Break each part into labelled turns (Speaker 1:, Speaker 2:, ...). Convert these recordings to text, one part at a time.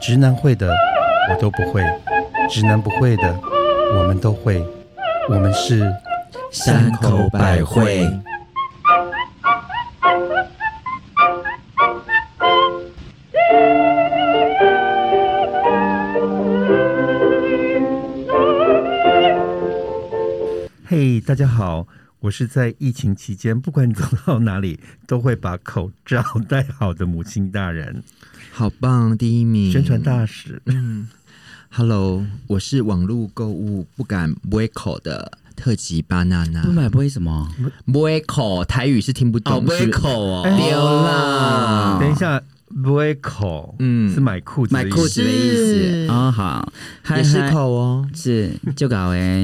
Speaker 1: 直男会的我都不会，直男不会的我们都会，我们是
Speaker 2: 山口百惠。
Speaker 1: 嘿大家好，我是在疫情期间，不管你走到哪里，都会把口罩戴好的母亲大人，
Speaker 2: 好棒，第一名！
Speaker 1: 宣传大使。
Speaker 2: Hello，我是网络购物不敢不会口的特级巴娜娜
Speaker 3: 不。买不会什么？
Speaker 2: 不会口台语是听不懂，是不是
Speaker 3: 哦
Speaker 2: 丢啦！
Speaker 1: 等一下，不会口，嗯，
Speaker 2: 嗯
Speaker 1: 是买裤子的
Speaker 3: 买
Speaker 1: 意思，
Speaker 3: 裤子的意思哦，好，嗨
Speaker 2: 也是
Speaker 3: 嗨
Speaker 2: 口哦。
Speaker 3: 是就搞哎，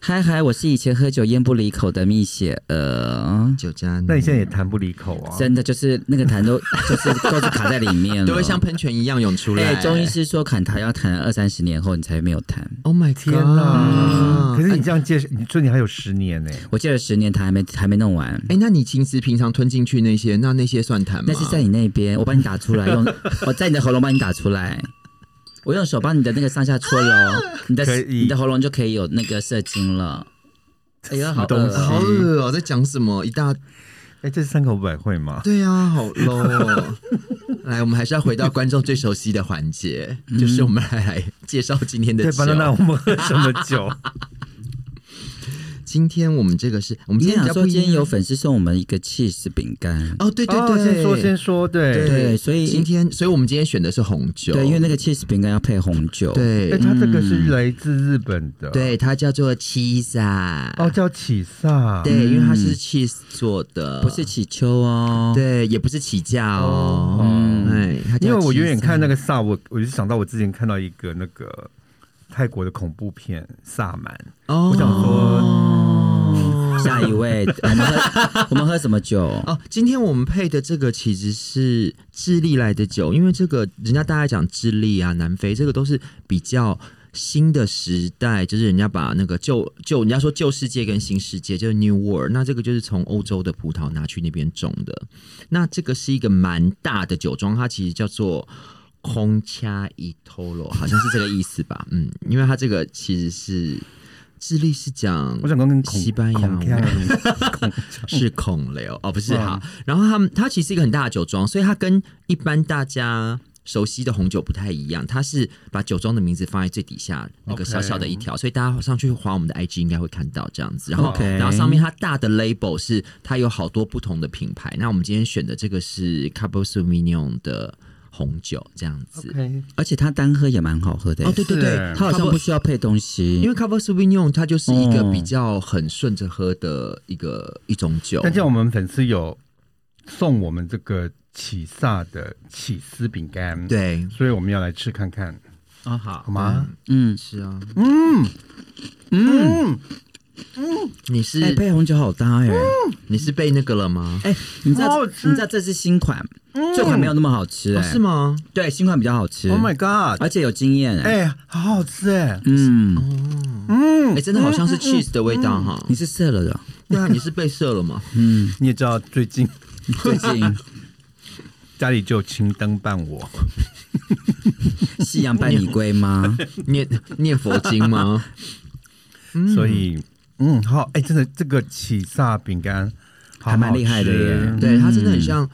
Speaker 3: 嗨嗨，我是以前喝酒咽不离口的蜜雪儿，
Speaker 2: 酒家，
Speaker 1: 那你现在也谈不离口啊？
Speaker 3: 真的就是那个痰都就是都是卡在里面 了，
Speaker 2: 都会像喷泉一样涌出来。，
Speaker 3: 哎中医师说砍痰要谈二三十年后你才没有痰，
Speaker 2: ，Oh my
Speaker 1: 天哪！
Speaker 2: God！
Speaker 1: 可是你这样介绍，你说你还有十年呢、
Speaker 3: 我借了十年痰还没还没弄完。
Speaker 2: 哎，那你其实平常吞进去那些，那那些算痰吗？
Speaker 3: 那是在你那边，我帮你打出 来，用我在你的喉咙帮你打出来，我用手帮你的那个上下搓揉，
Speaker 2: 啊
Speaker 3: 你的
Speaker 1: 可以
Speaker 3: 你的喉咙就可以有那个射精了。哎呀，好
Speaker 1: 什么
Speaker 3: 饿
Speaker 1: 东西
Speaker 3: 哦，
Speaker 2: 好恶哦，在讲什么？一大
Speaker 1: 哎、这是三口百惠吗？
Speaker 2: 对啊，好 low 哦。来，我们还是要回到观众最熟悉的环节，就是我们来来介绍今天的
Speaker 1: 对，
Speaker 2: 酒
Speaker 1: 巴。娜娜，我们喝什么酒？
Speaker 2: 今天我们这个是，我们
Speaker 3: 你
Speaker 2: 今天
Speaker 3: 想
Speaker 2: 比较
Speaker 3: 说
Speaker 2: 不一
Speaker 3: 今
Speaker 2: 样
Speaker 3: 天有粉丝送我们一个 cheese 饼干，
Speaker 2: 哦，对对
Speaker 1: 哦
Speaker 2: 对，
Speaker 1: 先说先说，对。
Speaker 3: 对所以
Speaker 2: 今天，所以我们今天选的是红酒，
Speaker 3: 对，因为那个 cheese 饼干要配红酒。，
Speaker 1: 哎、
Speaker 2: 对
Speaker 1: 它这个是来自日本的，，
Speaker 2: 对，它叫做 cheese 啊，
Speaker 1: 哦，叫起萨，
Speaker 2: 对，因为它是 cheese 做的，
Speaker 3: 不是起秋哦。
Speaker 2: 对，也不是起价哦，嗯，哎，它叫
Speaker 1: 因为我远远
Speaker 2: cheese
Speaker 1: 看那个萨，我我就想到我之前看到一个那个泰国的恐怖片《萨满》，
Speaker 2: 哦，
Speaker 1: 我想说
Speaker 3: 下 一位，我们喝我们喝什么酒？
Speaker 2: 哦，今天我们配的这个其实是智利来的酒，因为这个人家大家讲智利啊、南非，这个都是比较新的时代，就是人家把那个旧旧人家说旧世界跟新世界，就是 New World，那这个就是从欧洲的葡萄拿去那边种的。那这个是一个蛮大的酒庄，它其实叫做。空掐伊托罗好像是这个意思吧？嗯，因为它这个其实是智利是讲，
Speaker 1: 我想跟跟恐
Speaker 2: 西班牙
Speaker 1: 恐
Speaker 2: 文
Speaker 1: 恐
Speaker 2: 是孔刘哦，不是
Speaker 1: 嗯
Speaker 2: 哈。然后他们，它其实是一个很大的酒庄，所以它跟一般大家熟悉的红酒不太一样，它是把酒庄的名字放在最底下那个
Speaker 1: OK
Speaker 2: 小小的一条所以大家上去划我们的 IG 应该会看到这样子。然后
Speaker 3: OK
Speaker 2: 然后上面它大的 label 是它有好多不同的品牌。那我们今天选的这个是 Cabo s u v i g n o n 的红酒，这样子。
Speaker 1: ，OK，
Speaker 3: 而且它单喝也蛮好喝的。
Speaker 2: 哦，对对对
Speaker 1: 是，
Speaker 3: 它好像
Speaker 2: Cabo-
Speaker 3: 不需要配东西，
Speaker 2: 因为 Cabo s u v i g n o n 它就是一个
Speaker 1: 哦
Speaker 3: 嗯
Speaker 2: 比较很顺着喝的一个一种酒。
Speaker 1: 那这样我们粉丝有送我们这个起萨的起司饼干，，
Speaker 2: 对，
Speaker 1: 所以我们要来吃看看，
Speaker 2: 啊、好
Speaker 1: 好吗？
Speaker 3: 嗯，
Speaker 2: 是啊，
Speaker 1: 嗯，
Speaker 2: 你是、嗯
Speaker 3: 哎，配红酒好搭哎。
Speaker 2: 你是被那个了吗？
Speaker 3: 哎，你知
Speaker 1: 好
Speaker 3: 道
Speaker 1: 好
Speaker 3: 你
Speaker 1: 吃嗯
Speaker 3: 知道这是新款，旧款没有那么好吃
Speaker 2: 哦
Speaker 3: 哎，
Speaker 2: 是？吗？
Speaker 3: 对，新款比较好吃
Speaker 1: Oh my god！
Speaker 3: 而且有经验哎。
Speaker 1: 哎、好好吃哎、
Speaker 3: 嗯，
Speaker 2: 哎、真的好像是 cheese 的味道哈。
Speaker 3: 你是射了的，
Speaker 2: 对啊，你是被射了吗？
Speaker 3: 嗯
Speaker 1: 你也知道最近
Speaker 3: 最近
Speaker 1: 家里就有青灯伴我，
Speaker 3: 夕阳伴你 归吗？
Speaker 2: 念念佛经吗？
Speaker 1: 所以嗯，好，哎、真的这个起萨饼干好好
Speaker 3: 还蛮厉害的耶
Speaker 1: 吃
Speaker 2: 对，它真的很像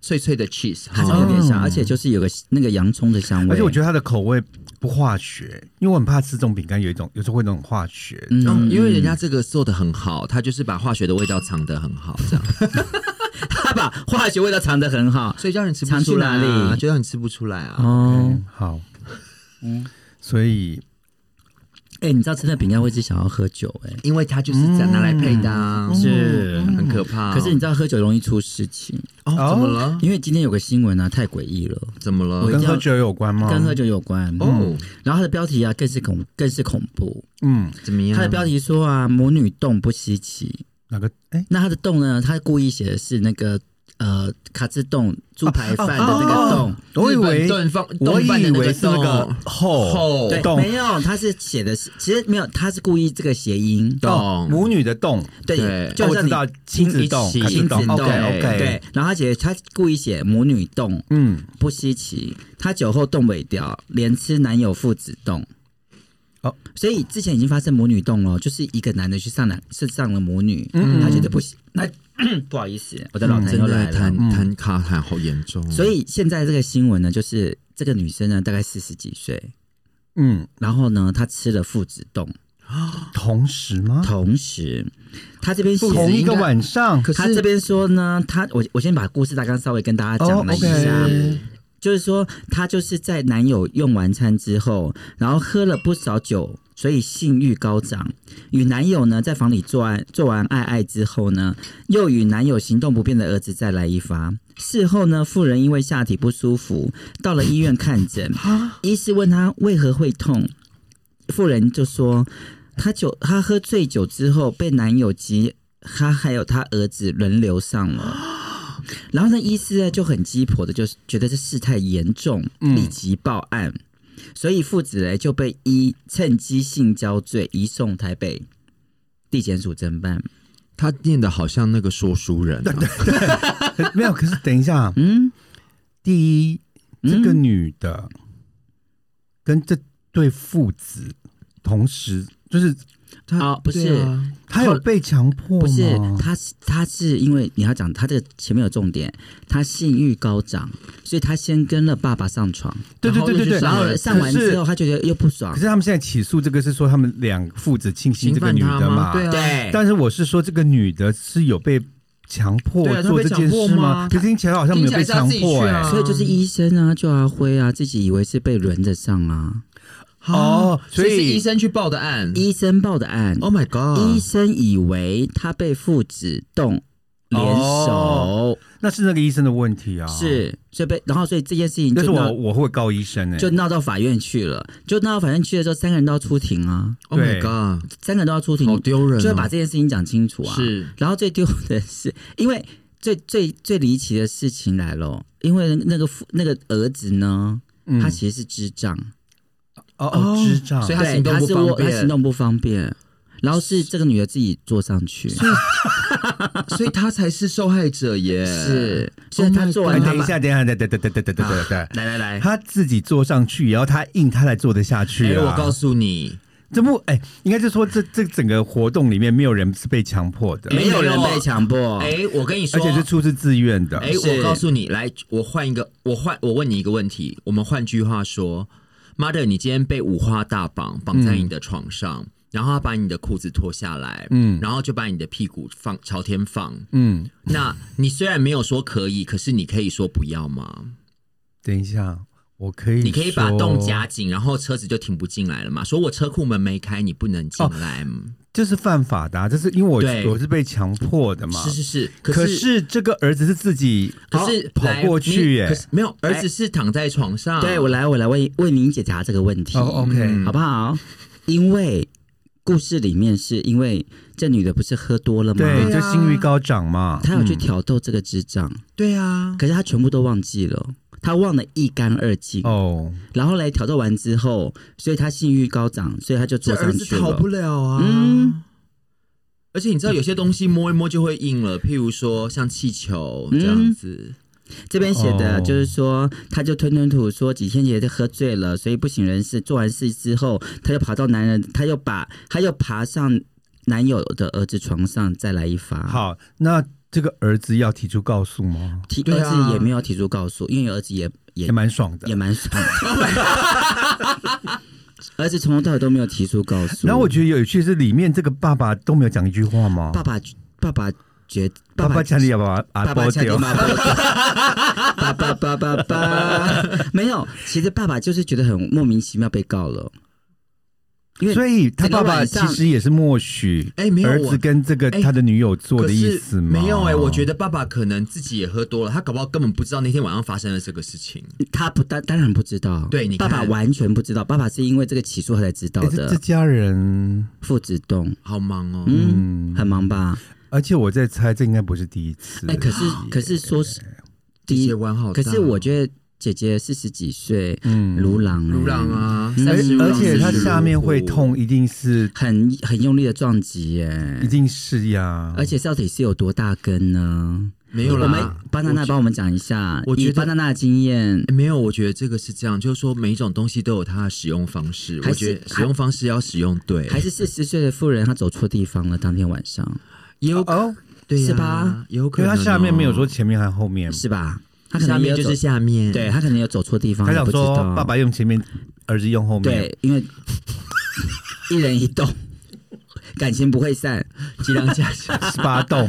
Speaker 2: 脆脆的 cheese
Speaker 3: 它
Speaker 2: 哈。
Speaker 3: 是有点像，而且就是有个那个洋葱的香味。
Speaker 1: 哦而且我觉得它的口味不化学，因为我很怕吃这种饼干，有一种有时候会那种化学。
Speaker 3: 嗯
Speaker 2: 嗯，因为人家这个做的很好，它就是把化学的味道藏得很好，这样，
Speaker 3: 他把化学味道藏得很好。
Speaker 2: 所以让你吃不
Speaker 3: 藏
Speaker 2: 出
Speaker 3: 去
Speaker 2: 来、啊，
Speaker 3: 哪里
Speaker 2: 就让你吃不出来啊。
Speaker 3: 哦，
Speaker 1: 嗯，好，所以
Speaker 3: 哎、你知道吃那饼干会一直想要喝酒哎、
Speaker 2: 因为它就是这样拿来配的、啊
Speaker 3: 嗯是
Speaker 2: 很可怕哦、
Speaker 1: 啊
Speaker 3: 可是你知道喝酒容易出事情，
Speaker 2: 哦，怎么了？
Speaker 3: 因为今天有个新闻啊，太诡异了，
Speaker 2: 怎么了？
Speaker 3: 我一
Speaker 1: 跟
Speaker 3: 定要
Speaker 1: 喝酒有关吗？
Speaker 3: 跟喝酒有关。嗯
Speaker 2: 哦，
Speaker 3: 然后它的标题啊，更是恐更是恐怖。
Speaker 1: 嗯，
Speaker 2: 怎么样？
Speaker 3: 它的标题说啊，母女洞不稀奇。
Speaker 1: 哪个？哎、
Speaker 3: 那它的洞呢，它故意写的是那个呃卡兹洞猪排饭的那个洞，
Speaker 1: 我以为
Speaker 2: 日本炖饭
Speaker 1: 我
Speaker 2: 炖饭的
Speaker 1: 以
Speaker 2: 那
Speaker 1: 为
Speaker 2: 个哦
Speaker 1: 是那个
Speaker 2: 洞
Speaker 1: 后
Speaker 2: 后
Speaker 3: 对，
Speaker 1: 哦洞
Speaker 3: 没有，他是写的是，其实没有，他是故意这个谐音，
Speaker 2: 洞
Speaker 1: 哦母女的洞，
Speaker 3: 对
Speaker 2: 对，
Speaker 3: 就
Speaker 1: 哦我
Speaker 3: 像
Speaker 1: 知
Speaker 3: 你
Speaker 1: 道亲子洞、
Speaker 2: 亲
Speaker 1: 卡
Speaker 2: 子
Speaker 1: 子
Speaker 3: 亲子
Speaker 1: 洞
Speaker 3: 洞，
Speaker 1: ，OK OK，
Speaker 3: 对，，然后他写他故意写母女洞
Speaker 1: 嗯，
Speaker 3: 不稀奇，他酒后冻尾调，连吃男友父子洞。
Speaker 1: 哦，
Speaker 3: 所以之前已经发生母女洞了，就是一个男的去上男是上了母女，
Speaker 1: 嗯
Speaker 3: 他觉得不行，那 不好意思，我的老痰
Speaker 2: 真
Speaker 3: 又
Speaker 2: 的
Speaker 3: 来了
Speaker 2: 谈。
Speaker 1: 嗯
Speaker 2: 谈卡痰好严重哦，
Speaker 3: 所以现在这个新闻呢，就是这个女生呢大概四十几岁，
Speaker 1: 嗯，
Speaker 3: 然后呢她吃了父子冻，
Speaker 1: 同时吗？
Speaker 3: 同时她这边写
Speaker 1: 啊同一个晚上，
Speaker 2: 可
Speaker 3: 他
Speaker 2: 是
Speaker 3: 这边说呢，他我我先把故事大纲稍微跟大家
Speaker 1: 哦
Speaker 3: 讲了一下，
Speaker 1: ，OK，
Speaker 3: 就是说他就是在男友用完餐之后，然后喝了不少酒，所以性欲高涨，与男友呢在房里做爱，做完爱爱之后呢，又与男友行动不便的儿子再来一发。事后呢，妇人因为下体不舒服，到了医院看诊，医师问他为何会痛，妇人就说她酒她喝醉酒之后被男友及她还有她儿子轮流上了。然后呢，医师呢就很鸡婆的，就是觉得这事态严重，
Speaker 1: 嗯
Speaker 3: 立即报案，所以父子呢就被依趁机性交罪移送台北地检署侦办。
Speaker 2: 他念的好像那个说书人啊，
Speaker 1: 可没有。可是等一下，
Speaker 3: 嗯，
Speaker 1: 第一，这个
Speaker 3: 嗯
Speaker 1: 女的跟这对父子同时，就是
Speaker 2: 他
Speaker 3: 哦不是
Speaker 2: 对啊
Speaker 1: 她有被强迫吗？
Speaker 3: 不是，他是他是因为你要讲他这个前面有重点，他性欲高涨，所以他先跟了爸爸上床，
Speaker 1: 对对对对对。
Speaker 2: 然
Speaker 3: 然
Speaker 2: 后
Speaker 3: 后
Speaker 2: 了
Speaker 3: 上完
Speaker 1: 可是
Speaker 3: 之后他觉得又不爽
Speaker 1: 可，是他们现在起诉这个是说他们两个父子庆幸
Speaker 2: 侵
Speaker 1: 这个
Speaker 2: 犯
Speaker 1: 女
Speaker 2: 他
Speaker 1: 的嘛？
Speaker 2: 吗？对啊，
Speaker 3: 对，
Speaker 1: 但是我是说，这个女的是有被强迫
Speaker 2: 对啊她
Speaker 1: 做
Speaker 2: 被
Speaker 1: 这件
Speaker 2: 强迫
Speaker 1: 事
Speaker 2: 吗
Speaker 1: 可是听起来好像没有被强
Speaker 2: 听起
Speaker 1: 迫
Speaker 2: 来
Speaker 1: 哎、
Speaker 2: 是她自己去啊
Speaker 3: 所以就是医生啊，就阿辉啊，自己以为是被轮着上啊，
Speaker 1: 哦
Speaker 2: 啊
Speaker 1: 所以
Speaker 2: 是医生去报的
Speaker 1: 嗯
Speaker 2: 案。
Speaker 3: 医生报的案，
Speaker 2: Oh my
Speaker 3: 医
Speaker 2: god！
Speaker 3: 生以为他被父子动联手
Speaker 1: 哦，那是那个医生的问题啊。，
Speaker 3: 是，所以被，然后所以这件事情
Speaker 1: 但是
Speaker 3: 就
Speaker 1: 我
Speaker 3: 闹
Speaker 1: 我会告医生哎、
Speaker 3: 就闹到法院去了，就闹到法院去了之后，三个人都要出庭啊，
Speaker 2: Oh my
Speaker 1: 对
Speaker 2: god！
Speaker 3: 三个人都要出庭，
Speaker 2: 好丢人哦，
Speaker 3: 就会把这件事情讲清楚啊。，
Speaker 2: 是
Speaker 3: 然后最丢的是，因为最最最离奇的事情来了，因为那个父那个儿子呢，
Speaker 1: 嗯
Speaker 3: 他其实是智障，
Speaker 1: 哦哦，智障，
Speaker 2: 所以他
Speaker 3: 对，
Speaker 2: 行动
Speaker 3: 他
Speaker 2: 不
Speaker 3: 是
Speaker 2: 方
Speaker 3: 我他
Speaker 2: 便
Speaker 3: 行动不方便，然后是这个女的自己坐上去，
Speaker 2: 啊所以他才是受害者耶。
Speaker 3: 是，
Speaker 2: 哦
Speaker 3: 所以他做
Speaker 1: 哎
Speaker 3: 完他
Speaker 1: 等一
Speaker 3: 把
Speaker 1: 下，等一下，等等等等等等
Speaker 2: 啊
Speaker 1: 等等等，
Speaker 3: 来来来，
Speaker 1: 他自己坐上去，然后他硬，他才坐得下去
Speaker 2: 哎，
Speaker 1: 啊。
Speaker 2: 我告诉你，
Speaker 1: 这不，哎，应该是说这这整个活动里面没有人是被强迫的，
Speaker 3: 没有人被强迫，
Speaker 2: 哎，我跟你说，
Speaker 1: 而且是出自自愿的。
Speaker 2: 哎，
Speaker 3: 是
Speaker 2: 我告诉你，来，我换一个，我换，我问你一个问题，我们换句话说，妈的，你今天被五花大绑，绑在你的床上，然后他把你的裤子脱下来，
Speaker 1: 嗯
Speaker 2: 嗯，然后就把你的屁股放朝天放。
Speaker 1: 嗯，
Speaker 2: 那你虽然没有说可以，可是你可以说不要吗？
Speaker 1: 等一下，我可以，
Speaker 2: 你可以把洞夹，紧，然后车子就停不进来了嘛。说我车库门没开，你不能进来。
Speaker 1: 这是犯法的啊，这是因为
Speaker 2: 对
Speaker 1: 我我是被强迫的嘛。
Speaker 2: 是是是，
Speaker 1: 可
Speaker 2: 是。
Speaker 1: 是这个儿子是自己
Speaker 2: 可是
Speaker 1: 跑
Speaker 2: 来
Speaker 1: 过去
Speaker 2: 你
Speaker 1: 耶
Speaker 2: 可，是没有，儿子是躺在床上。
Speaker 3: 对我来我来为为您解答这个问题，
Speaker 1: 哦，OK
Speaker 2: 嗯
Speaker 3: 好不好？因为故事里面是因为这女的不是喝多了吗？
Speaker 1: 对，
Speaker 2: 对
Speaker 1: 就
Speaker 2: 啊
Speaker 1: 性欲高涨嘛。
Speaker 3: 她有去
Speaker 1: 嗯
Speaker 3: 挑逗这个智障，
Speaker 2: 对啊，
Speaker 3: 可是她全部都忘记了，她忘得一干二净。
Speaker 1: 哦，
Speaker 3: 然后来挑逗完之后，所以她性欲高涨，所以她就坐
Speaker 2: 这儿
Speaker 3: 上
Speaker 2: 子
Speaker 3: 去
Speaker 2: 逃
Speaker 3: 了
Speaker 2: 不。了啊。
Speaker 3: 嗯
Speaker 2: 而且你知道有些东西摸一摸就会硬了，譬如说像气球
Speaker 3: 嗯
Speaker 2: 这样子。
Speaker 3: 这边写的
Speaker 1: 哦
Speaker 3: 就是说，她就吞吞吐说几天前就喝醉了，所以不省人事。做完事之后，她又跑到男人，她又把她又爬上男友的儿子床上再来一发。
Speaker 1: 好，那这个儿子要提出告诉吗？
Speaker 3: 提
Speaker 2: 对啊
Speaker 3: 儿子也没有提出告诉，因为儿子也也
Speaker 1: 也蛮爽的
Speaker 3: 也。蛮爽
Speaker 1: Oh
Speaker 3: 的。 儿子从头到尾都没有提出告诉。
Speaker 1: 然后我觉得有趣是，里面这个爸爸都没有讲一句话吗？
Speaker 3: 爸爸爸爸觉
Speaker 1: 爸爸
Speaker 3: 爸
Speaker 1: 家里要把阿
Speaker 3: 爸爸
Speaker 1: 波
Speaker 3: 强
Speaker 1: 啊丢
Speaker 3: 调，妈妈爸爸爸爸爸没有，其实爸爸就是觉得很莫名其妙被告了，因为
Speaker 1: 所以他爸爸其实也是默许
Speaker 2: 哎没有
Speaker 1: 儿子
Speaker 2: 我
Speaker 1: 跟这个
Speaker 2: 哎
Speaker 1: 他的女友做
Speaker 2: 可
Speaker 1: 的
Speaker 2: 是
Speaker 1: 意思吗？
Speaker 2: 没有哎、我觉
Speaker 1: 得
Speaker 2: 得爸爸可能自己也喝多了，他搞不好根本不知道那天晚上发生了这个事情。
Speaker 3: 他不当当然不知道，
Speaker 2: 对你
Speaker 3: 爸
Speaker 2: 看
Speaker 3: 爸完全不知道，爸爸是因为这个起诉他才知道
Speaker 1: 哎这这
Speaker 3: 的。
Speaker 1: 家人，
Speaker 3: 父子洞，
Speaker 2: 好忙哦，
Speaker 3: 嗯，很忙吧？
Speaker 1: 而且我在猜，这应该不是第一次。
Speaker 3: 哎、可是可是说是第
Speaker 2: 姐
Speaker 3: 一
Speaker 2: 姐，玩好大
Speaker 3: 可
Speaker 2: 哦，
Speaker 3: 是我觉得姐姐四十几岁，
Speaker 1: 嗯
Speaker 3: 如狼哎
Speaker 2: 如狼，啊，三
Speaker 1: 而
Speaker 2: 十
Speaker 1: 而且它
Speaker 2: 他
Speaker 1: 下面会痛，一定是
Speaker 3: 很很用力的撞击耶
Speaker 1: 一。定是呀，
Speaker 3: 而且到底是有多大根呢？
Speaker 2: 没有
Speaker 3: 我们
Speaker 2: 啦。
Speaker 3: 巴娜娜帮我们讲一下，
Speaker 2: 我觉
Speaker 3: 以
Speaker 2: 得
Speaker 3: 巴娜娜的经验，
Speaker 2: 没有，我觉得这个是这样，就是说每一种东西都有它的使用方式。
Speaker 3: 还
Speaker 2: 我
Speaker 3: 是
Speaker 2: 觉得使用方式要使用对，
Speaker 3: 还是四十岁的妇人她走错地方了，当天晚上
Speaker 2: 也有
Speaker 1: 哦，
Speaker 2: 对呀
Speaker 3: 是吧？
Speaker 2: 有
Speaker 1: 因
Speaker 2: 可
Speaker 1: 为
Speaker 2: 能哦
Speaker 1: 它下面没有说，前面还后面，
Speaker 3: 是吧？她可
Speaker 2: 下
Speaker 3: 能也
Speaker 2: 面
Speaker 3: 有
Speaker 2: 就
Speaker 3: 走
Speaker 2: 是下面，
Speaker 3: 对，他可能有走错地方，
Speaker 1: 他
Speaker 3: 也
Speaker 1: 想
Speaker 3: 不知
Speaker 1: 说
Speaker 3: 道
Speaker 1: 爸爸用前面，儿子用后面，
Speaker 3: 对，因为 一人一动，感情不会散。
Speaker 2: 剂量加强。
Speaker 1: 十八洞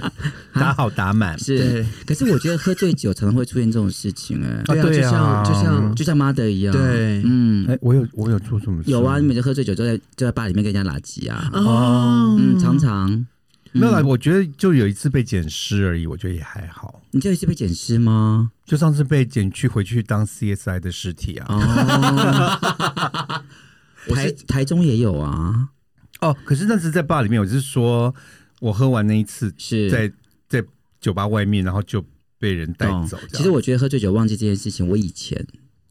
Speaker 1: 打好打满，
Speaker 3: 是，可是我觉得喝醉酒常常会出现这种事情、哎、
Speaker 1: 啊
Speaker 2: 对
Speaker 1: 对
Speaker 2: 就像
Speaker 1: 啊
Speaker 2: 就像
Speaker 3: 就像妈的一样。
Speaker 2: 对
Speaker 3: 嗯，
Speaker 1: 哎，我有我有做什么事？
Speaker 3: 有啊，你每次喝醉酒就在就在吧里面跟人家拉鸡啊，
Speaker 2: 哦，
Speaker 3: 嗯，常常。
Speaker 1: 没有啦，我觉得就有一次被捡尸而已，我觉得也还好。
Speaker 3: 你这一次被捡尸吗？
Speaker 1: 就上次被捡去回去当 CSI 的尸体啊，
Speaker 3: 哦，
Speaker 2: 我
Speaker 3: 台
Speaker 2: 是
Speaker 3: 台中也有啊，
Speaker 1: 哦，可是那是在坝里面，我是说我喝完那一次，
Speaker 3: 是
Speaker 1: 在在酒吧外面，然后就被人带
Speaker 3: 懂
Speaker 1: 走这样。
Speaker 3: 哦其实我觉得喝醉酒忘记这件事情，我以前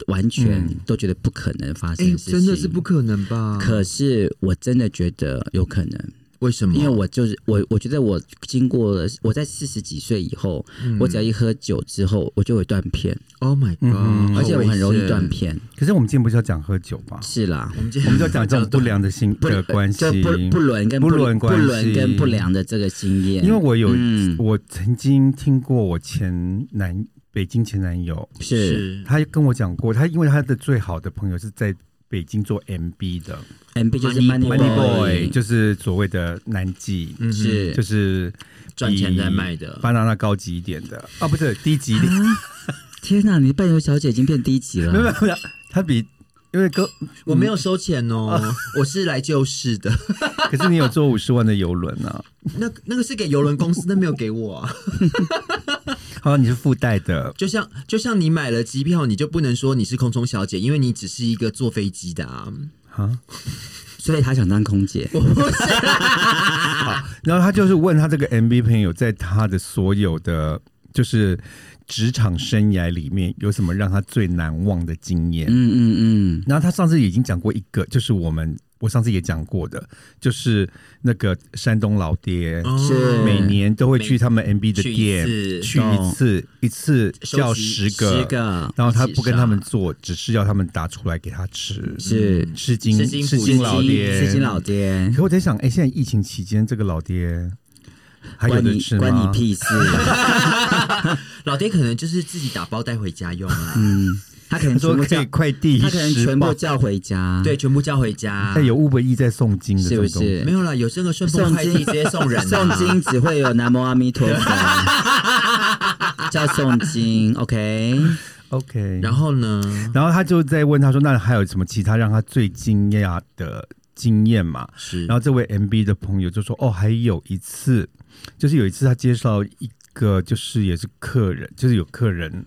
Speaker 3: 完全
Speaker 1: 嗯
Speaker 3: 都觉得不可能发生
Speaker 2: 哎，
Speaker 3: 的事情，嗯
Speaker 2: 真的是不可能吧？
Speaker 3: 可是我真的觉得有可能，
Speaker 2: 为什么？
Speaker 3: 因为我就是我，我觉得我经过了，我在四十几岁以后，
Speaker 2: 嗯
Speaker 3: 我只要一喝酒之后，我就会断片，
Speaker 2: Oh my
Speaker 1: 嗯
Speaker 2: god！
Speaker 1: 哼
Speaker 3: 而且我很容
Speaker 2: 好危
Speaker 3: 易
Speaker 2: 险
Speaker 3: 断。片。
Speaker 1: 可是我们今天不是要讲喝酒吧？
Speaker 3: 哦是啦，
Speaker 2: 我们今
Speaker 1: 我
Speaker 2: 天
Speaker 1: 们就要讲这 种不良的性
Speaker 3: 不
Speaker 1: 的关系
Speaker 3: 就，不不伦跟
Speaker 1: 不伦
Speaker 3: 伦不
Speaker 1: 关系
Speaker 3: 伦跟不良的这个经验，
Speaker 1: 因为我有、
Speaker 3: 嗯
Speaker 1: 我曾经听过我前男北京前男友，
Speaker 3: 是
Speaker 1: 他跟我讲过，他因为他的最好的朋友是在北京做 MB 的
Speaker 3: MB 就是
Speaker 2: Money
Speaker 3: Money
Speaker 1: Money Boy，
Speaker 3: Boy，
Speaker 1: 就是所谓的男妓，
Speaker 2: 嗯哼
Speaker 3: 是
Speaker 1: 就是
Speaker 2: 赚钱在卖的
Speaker 1: 巴拿那高级一点的啊，不是低级一点，
Speaker 3: 天哪，你伴游小姐已经变低级
Speaker 1: 没有没
Speaker 3: 了。
Speaker 1: 有没有，他比因为哥，
Speaker 2: 我没有收钱哦，我是来救市的。
Speaker 1: 可是你有坐五十万的游轮啊，
Speaker 2: 那那个是给邮轮公司，那没有给我啊。
Speaker 1: 好啊像你是附带的，
Speaker 2: 就像就像你买了机票，你就不能说你是空中小姐，因为你只是一个坐飞机的啊。
Speaker 1: 啊，
Speaker 3: 所以她想当空姐，
Speaker 1: 然后他就是问他这个 MB 朋友，在他的所有的就是职场生涯里面，有什么让他最难忘的经验？
Speaker 3: 嗯嗯嗯，
Speaker 1: 然后他上次已经讲过一个，就是我们我上次也讲过的，就是那个山东老爹，
Speaker 3: 是
Speaker 1: 哦每年都会去他们 MB 的
Speaker 2: 去一
Speaker 1: 店
Speaker 2: 次
Speaker 1: 去一次，一次
Speaker 2: 收
Speaker 1: 叫
Speaker 2: 集
Speaker 1: 十个，
Speaker 3: 嗯十个
Speaker 1: 然后他
Speaker 2: 一起
Speaker 1: 不跟他
Speaker 2: 上
Speaker 1: 们做，只是要他们打出来给他吃，
Speaker 3: 是
Speaker 1: 吃惊
Speaker 2: 吃惊
Speaker 1: 吃
Speaker 2: 补
Speaker 1: 惊
Speaker 2: 丁
Speaker 1: 老爹，
Speaker 3: 嗯是金老爹，
Speaker 1: 可我在想，哎、现在疫情期间，这个老爹还有
Speaker 3: 关
Speaker 1: 的
Speaker 3: 你
Speaker 1: 吃吗？
Speaker 3: 关你屁事。
Speaker 2: 老爹可能就是自己打包带回家用啊，
Speaker 3: 嗯，他可能
Speaker 1: 他说
Speaker 3: 全部
Speaker 1: 可
Speaker 3: 叫
Speaker 1: 以，快递
Speaker 3: 他可能
Speaker 1: 十
Speaker 3: 全部
Speaker 1: 磅，
Speaker 3: 叫回家。
Speaker 2: 对，，全部叫回家
Speaker 1: 哎、。有 Uber E 在送金的这
Speaker 3: 是
Speaker 1: 种
Speaker 3: 不
Speaker 1: 东西，
Speaker 3: 是
Speaker 2: 没？有啦，有这个顺丰
Speaker 3: 送
Speaker 2: 快
Speaker 3: 金
Speaker 2: 递直接送人 啊，
Speaker 3: 诵经只会有南无阿弥陀佛，叫诵经。OK，
Speaker 1: OK，
Speaker 2: 然后呢？
Speaker 1: 然后他就在问他说，那还有什么其他让他最惊讶的经验嘛？
Speaker 2: 是，
Speaker 1: 然后这位 MB 的朋友就说，哦，还有一次，就是有一次他介绍一个，就是也是客人，就是有客人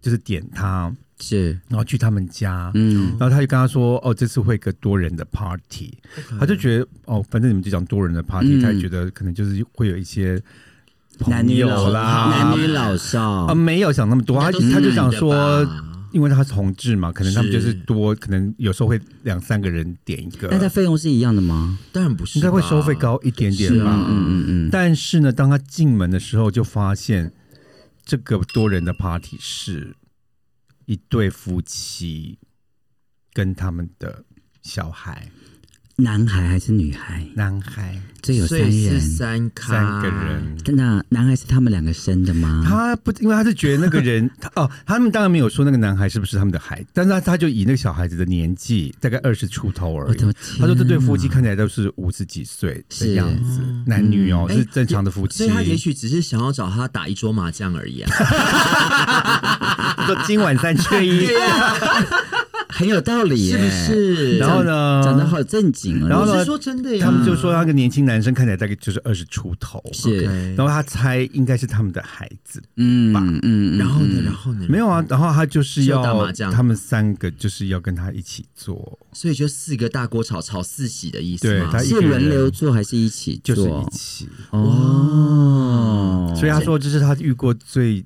Speaker 1: 就是点他，
Speaker 3: 是，
Speaker 1: 然后去他们家，
Speaker 3: 嗯，
Speaker 1: 然后他就跟他说：“哦，这次会一个多人的 party。”他就觉得哦，反正你们就讲多人的 party，、
Speaker 3: 嗯
Speaker 1: 他也觉得可能就是会有一些
Speaker 3: 男
Speaker 1: 朋
Speaker 3: 女
Speaker 1: 友
Speaker 3: 老
Speaker 1: 啦，
Speaker 3: 男女老
Speaker 1: 啊、
Speaker 3: 少，
Speaker 1: 没有想那么多，他
Speaker 2: 应该
Speaker 1: 他
Speaker 2: 都是
Speaker 1: 就想
Speaker 2: 男
Speaker 1: 说
Speaker 2: 的，吧
Speaker 1: 因为他是同志嘛，可能他们
Speaker 2: 是
Speaker 1: 就是多，可能有时候会两三个人点一个
Speaker 3: 但，它费用是一样的吗？
Speaker 2: 当然不是吧，
Speaker 1: 应该会收费高一点点
Speaker 2: 是
Speaker 1: 吧。
Speaker 2: 啊
Speaker 3: 嗯嗯嗯嗯，
Speaker 1: 但是呢，当他进门的时候，就发现这个多人的 party 是一对夫妻跟他们的小孩。
Speaker 3: 男孩还是女孩？
Speaker 1: 男孩
Speaker 3: 这有
Speaker 2: 所
Speaker 3: 三
Speaker 2: 以是
Speaker 3: 人。
Speaker 2: 三咖
Speaker 1: 三个人，
Speaker 3: 那男孩是他们两个生的吗？
Speaker 1: 他不，因为他是觉得那个人他哦，他们当然没有说那个男孩是不是他们的孩子，但是他他就以那个小孩子的年纪，大概二十出头而
Speaker 3: 我
Speaker 1: 已
Speaker 3: 的。天！
Speaker 1: 他说这对夫妻看起来都是五十几岁的样子，男女哦、
Speaker 2: 哎
Speaker 1: 是正常的夫妻。
Speaker 2: 所以他也许只是想要找他打一桌麻将而已啊。
Speaker 1: 说今晚三缺 一，
Speaker 3: 很有道理耶，
Speaker 2: 是不是
Speaker 1: 然后呢，
Speaker 3: 讲得好正经啊。
Speaker 1: 然后
Speaker 2: 我
Speaker 1: 呢
Speaker 2: 是说真的呀，
Speaker 1: 啊他们就说那个年轻男生看起来大概就是二十出头，
Speaker 3: 是
Speaker 2: OK
Speaker 1: 然后他猜应该是他们的孩子，
Speaker 3: 嗯嗯嗯，
Speaker 2: 然后呢，然后呢，
Speaker 1: 没有啊，然后他就是
Speaker 2: 是要打
Speaker 1: 要
Speaker 2: 麻将
Speaker 1: 他们三个就是要跟他一起做。
Speaker 2: 所以就四个大锅炒炒四喜的意思
Speaker 1: 对
Speaker 2: 嘛。
Speaker 1: 他一
Speaker 3: 是轮流做还是一起
Speaker 1: 就是
Speaker 3: 做
Speaker 1: 一？起，
Speaker 3: 哦，哦
Speaker 1: 所以他说这是他遇过最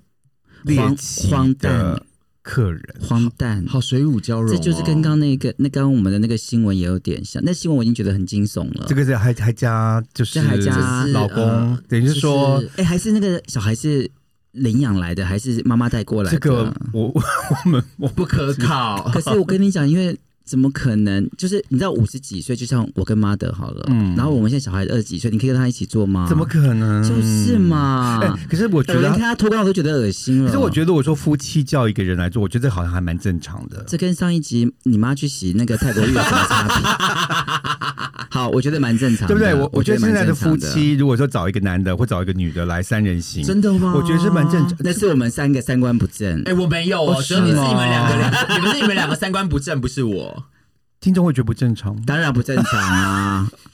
Speaker 1: 猎奇
Speaker 3: 荒荒
Speaker 1: 的
Speaker 3: 诞
Speaker 1: 客人。
Speaker 3: 荒诞，
Speaker 4: 好水乳交
Speaker 1: 啊
Speaker 4: 融哦、
Speaker 3: 这就是跟刚那个那刚刚我们的那个新闻也有点像，那新闻我已经觉得很惊悚了。
Speaker 1: 这个是还还加就是
Speaker 3: 这还加
Speaker 1: 老公，
Speaker 2: 呃
Speaker 1: 等于是说、
Speaker 3: 哎、还是那个小孩是领养来的，还是妈妈带过来的？
Speaker 1: 这个我我们我
Speaker 2: 不可 靠。
Speaker 3: 可是我跟你讲，因为怎么可能？就是你知道五十几岁，就像我跟妈的好了，
Speaker 1: 嗯
Speaker 3: 然后我们现在小孩二十几岁，你可以跟他一起做吗？
Speaker 1: 怎么可能？
Speaker 3: 就是嘛？
Speaker 1: 嗯哎、可是我觉
Speaker 3: 我连
Speaker 1: 得
Speaker 3: 看，他脱光我都觉得恶心了。
Speaker 1: 可是我觉得我说夫妻叫一个人来做，我觉得好像还蛮正常的。
Speaker 3: 这跟上一集你妈去洗那个泰国浴有什么差别？ 好，我觉得蛮正常的，
Speaker 1: 对不对？我
Speaker 3: 我
Speaker 1: 觉得现在
Speaker 3: 蛮
Speaker 1: 的
Speaker 3: 正常
Speaker 1: 夫
Speaker 3: 的
Speaker 1: 妻，如果说找一个男的或找一个女的来三人 行，
Speaker 2: 真的吗？
Speaker 1: 我觉得是蛮正常。
Speaker 3: 那是我们三个三观不正
Speaker 2: 哎、。我没有哦，只有你是你们两个 人，你们是你们两个三观不正，不是我。
Speaker 1: 听众会觉得不正常吗？
Speaker 3: 当然不正常啊，
Speaker 1: 哎